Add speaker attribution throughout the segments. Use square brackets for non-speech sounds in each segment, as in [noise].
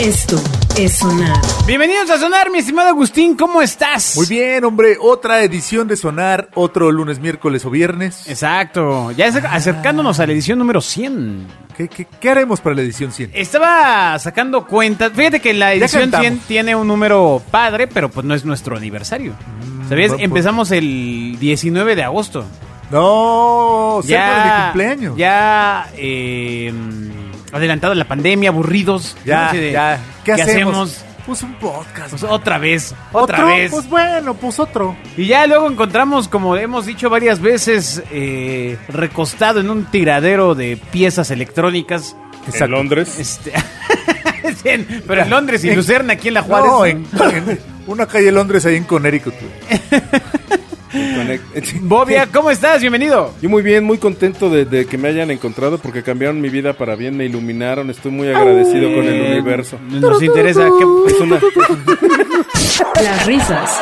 Speaker 1: Esto es sonar.
Speaker 2: Bienvenidos a Sonar, mi estimado Agustín, ¿cómo estás?
Speaker 3: Muy bien, hombre, otra edición de Sonar, otro lunes, miércoles o viernes.
Speaker 2: Exacto, ya
Speaker 3: Ah.
Speaker 2: ac- acercándonos a la edición número 100.
Speaker 3: ¿Qué, qué- qué haremos para la edición 100?
Speaker 2: Estaba sacando cuentas, fíjate que la edición
Speaker 3: cantamos.
Speaker 2: 100 tiene un número padre, pero pues no es nuestro aniversario. ¿Sabías?
Speaker 3: Mm, buen punto.
Speaker 2: Empezamos el 19 de agosto.
Speaker 3: No, cerca de mi cumpleaños.
Speaker 2: Ya eh, adelantada la pandemia, aburridos.
Speaker 3: ya,
Speaker 2: Así de,
Speaker 3: ya. ¿Qué, hacemos? Pues un podcast.
Speaker 2: Pues
Speaker 3: man.
Speaker 2: otra vez, otra
Speaker 3: ¿Otro?
Speaker 2: vez.
Speaker 3: Pues bueno, pues otro.
Speaker 2: Y ya luego encontramos, como hemos dicho varias veces, eh, recostado en un tiradero de piezas electrónicas.
Speaker 4: En Londres.
Speaker 2: Este, [laughs] en- pero en Londres y Lucerna, aquí en La Juárez.
Speaker 3: No, en, [laughs] en una calle de Londres ahí en Connecticut. güey.
Speaker 4: Connect-
Speaker 2: Bobia, ¿cómo estás? Bienvenido.
Speaker 4: [laughs] Yo muy bien, muy contento de, de que me hayan encontrado porque cambiaron mi vida para bien, me iluminaron, estoy muy agradecido con el
Speaker 2: Eh,
Speaker 4: universo.
Speaker 2: Nos interesa que...
Speaker 4: Es una-
Speaker 1: Las risas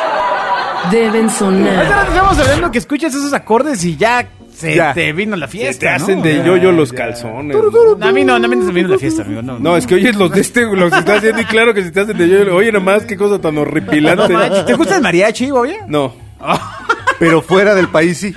Speaker 1: deben sonar.
Speaker 2: [laughs] Ahorita estamos hablando que escuchas esos acordes y ya se
Speaker 3: Ya.
Speaker 2: te vino la fiesta,
Speaker 4: te hacen
Speaker 2: ¿no?
Speaker 4: de yo-yo los calzones. ¿no?
Speaker 2: No, a mí no, no me vino la fiesta, amigo. No,
Speaker 4: No, es que oyes los de este, los que está haciendo y claro que si te hacen de yo-yo, oye nomás, qué cosa tan
Speaker 2: No manches, ¿Te
Speaker 4: [laughs] horripilante.
Speaker 2: gusta el mariachi, Bobia?
Speaker 4: No,
Speaker 3: Pero fuera del país sí.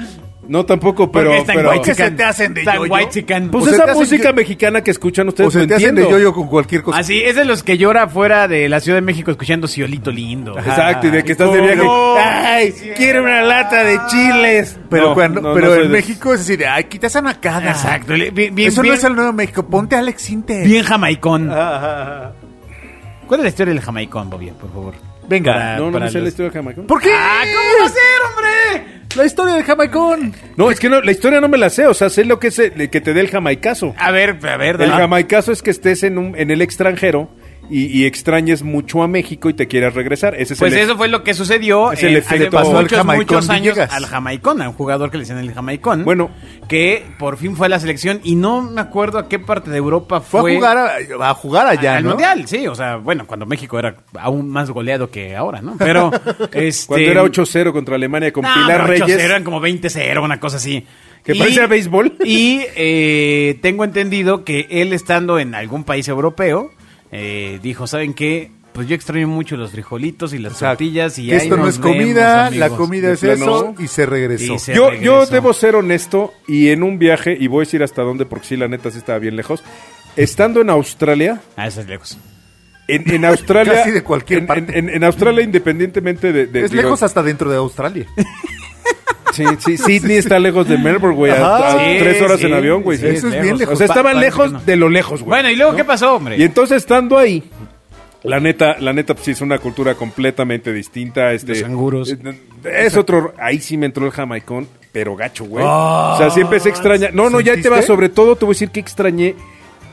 Speaker 4: no tampoco, pero...
Speaker 2: Porque es tan
Speaker 4: pero
Speaker 2: guay, chican.
Speaker 3: ¿Qué se te hacen de
Speaker 2: Tan
Speaker 3: yo-yo?
Speaker 2: guay, chican.
Speaker 4: pues
Speaker 3: O se te
Speaker 4: esa
Speaker 3: hacen
Speaker 4: música
Speaker 3: yo-
Speaker 4: mexicana que escuchan ustedes,
Speaker 3: O se
Speaker 4: no
Speaker 3: te hacen de
Speaker 4: entiendo.
Speaker 3: yo-yo con cualquier cosa.
Speaker 2: Así, Ah, es de los que llora fuera de la Ciudad de México escuchando Ciolito Lindo.
Speaker 4: Exacto, y de que estás de viaje. Ah,
Speaker 2: No.
Speaker 4: ¡Ay! Quiero una lata de chiles.
Speaker 3: Pero,
Speaker 4: No,
Speaker 3: cuando,
Speaker 4: no, no
Speaker 3: pero
Speaker 4: soy
Speaker 3: en
Speaker 4: de-
Speaker 3: México es decir, ay, quita esa nacada.
Speaker 2: Ah, Exacto. le- Bien, bien,
Speaker 3: Eso
Speaker 2: bien,
Speaker 3: no es el Nuevo México. Ponte a Alex Sintek.
Speaker 2: bien jamaicón. ¿Cuál es la historia del jamaicón, Bobia, por favor?
Speaker 3: Venga.
Speaker 2: Para-
Speaker 4: No, no,
Speaker 2: Ah, para
Speaker 4: no sé la
Speaker 2: los-
Speaker 4: historia de Jamaica.
Speaker 3: ¿Por qué?
Speaker 2: ¡Ah, cómo va a ser, hombre!
Speaker 3: La historia del jamaicón.
Speaker 4: No, es que no, la historia no me la sé, o sea, sé lo que es el- que te dé el jamaicazo.
Speaker 2: A ver, a ver.
Speaker 4: El
Speaker 2: dale.
Speaker 4: jamaicazo es que estés en, un- en el extranjero y, y extrañes mucho a México y te quieras regresar. Ese es
Speaker 2: Pues
Speaker 4: el-
Speaker 2: eso fue lo que sucedió.
Speaker 4: Es el
Speaker 2: eh,
Speaker 4: efecto-
Speaker 2: hace
Speaker 4: pasó al
Speaker 2: muchos,
Speaker 3: Jamaicón
Speaker 2: muchos años
Speaker 3: Villegas.
Speaker 2: al Jamaicón, a un jugador que le decían el Jamaicón.
Speaker 4: Bueno.
Speaker 2: Que por fin fue a la selección y no me acuerdo a qué parte de Europa fue.
Speaker 3: Fue, a jugar a, a jugar allá,
Speaker 2: al
Speaker 3: ¿no?
Speaker 2: Mundial, sí. O sea, bueno, cuando México era aún más goleado que ahora, ¿no?
Speaker 4: [laughs]
Speaker 2: Pero, este...
Speaker 4: Cuando era 8-0 contra Alemania con
Speaker 2: No,
Speaker 4: Pilar
Speaker 2: pero 8-0,
Speaker 4: Reyes.
Speaker 2: Eran como 20-0, una cosa así.
Speaker 4: Que parece a béisbol.
Speaker 2: Y eh, tengo entendido que él estando en algún país europeo, eh, dijo, ¿saben qué? Pues yo extraño mucho los frijolitos y las
Speaker 3: O sea,
Speaker 2: tortillas y
Speaker 3: que
Speaker 2: ahí
Speaker 3: esto no
Speaker 2: nos
Speaker 3: es comida,
Speaker 2: vemos,
Speaker 3: la
Speaker 2: amigos".
Speaker 3: comida
Speaker 4: De
Speaker 3: es
Speaker 4: plano.
Speaker 3: eso y se regresó.
Speaker 2: Y se-
Speaker 4: Yo, yo
Speaker 2: regreso.
Speaker 4: debo ser honesto y en un viaje, y voy a decir hasta dónde, porque sí, la neta sí estaba bien lejos. Estando en Australia,
Speaker 2: Ah, eso es lejos.
Speaker 4: en, en Australia.
Speaker 3: Casi de cualquier
Speaker 4: en,
Speaker 3: parte.
Speaker 4: en- en- en Australia, independientemente de. de-
Speaker 3: es
Speaker 4: digo,
Speaker 3: lejos hasta dentro
Speaker 2: [laughs]
Speaker 3: de Australia.
Speaker 4: Sí, sí, Sydney está lejos de Melbourne, güey. A, a
Speaker 2: Sí,
Speaker 4: Ah, tres horas
Speaker 2: sí,
Speaker 4: en avión, güey.
Speaker 2: sí,
Speaker 4: sí.
Speaker 3: Eso es bien lejos.
Speaker 4: O sea, estaban
Speaker 2: Pa-
Speaker 4: lejos
Speaker 2: parece que no.
Speaker 4: de lo lejos, güey.
Speaker 2: Bueno, ¿y luego
Speaker 4: ¿no?
Speaker 2: qué pasó, hombre?
Speaker 4: Y entonces estando ahí, la neta, la neta, pues sí es una cultura completamente distinta. Este,
Speaker 2: Los canguros.
Speaker 4: eh, Es otro. Ahí sí me entró el jamaicón, pero gacho, güey.
Speaker 2: Ah,
Speaker 4: o sea, siempre se extraña. No, no, ya te
Speaker 3: ¿sentiste?
Speaker 4: va. Sobre todo te voy a decir que extrañé.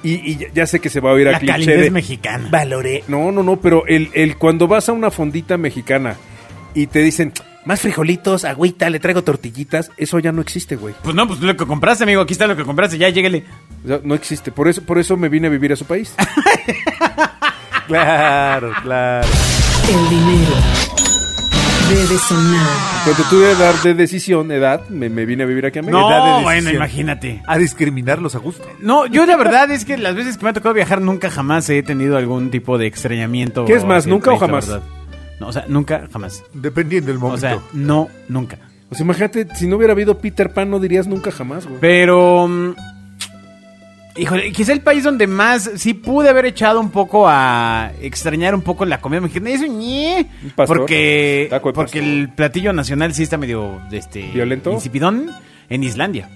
Speaker 4: Y, y ya, ya sé que se va a oír a
Speaker 2: la
Speaker 4: cliché
Speaker 2: calidez
Speaker 4: de-
Speaker 2: mexicana.
Speaker 4: valoré. No, no, no, pero el, el cuando vas a una fondita mexicana y te dicen más frijolitos, agüita, le traigo tortillitas, eso ya no existe, güey.
Speaker 2: Pues no, pues lo que compraste, amigo, aquí está lo que compraste, ya lléguele.
Speaker 4: O sea, no existe. Por eso, por eso me vine a vivir a su país.
Speaker 3: claro, claro.
Speaker 1: El dinero debe sonar.
Speaker 4: Cuando tuve edad de decisión, edad, me, me vine a vivir aquí a México. Edad de
Speaker 2: No,
Speaker 4: decisión.
Speaker 2: bueno, imagínate.
Speaker 3: A discriminarlos a gusto.
Speaker 2: No, yo la verdad es que las veces que me ha tocado viajar nunca jamás he tenido algún tipo de extrañamiento.
Speaker 4: ¿Qué es más,
Speaker 2: así,
Speaker 4: nunca o
Speaker 2: triste,
Speaker 4: jamás?
Speaker 2: la verdad. No, o sea, nunca jamás.
Speaker 3: Dependiendo del
Speaker 2: O
Speaker 3: momento.
Speaker 2: sea, no, nunca.
Speaker 4: O sea, imagínate, si no hubiera habido Peter Pan, no dirías nunca jamás, güey.
Speaker 2: Pero... mm, Híjole, quizá el país donde más sí pude haber echado un poco a extrañar un poco la comida mexicana. Eso ñe,
Speaker 4: pastor,
Speaker 2: porque
Speaker 4: taco de
Speaker 2: porque
Speaker 4: pastor.
Speaker 2: el platillo nacional sí está medio este
Speaker 4: ¿Violento?
Speaker 2: insipidón en Islandia.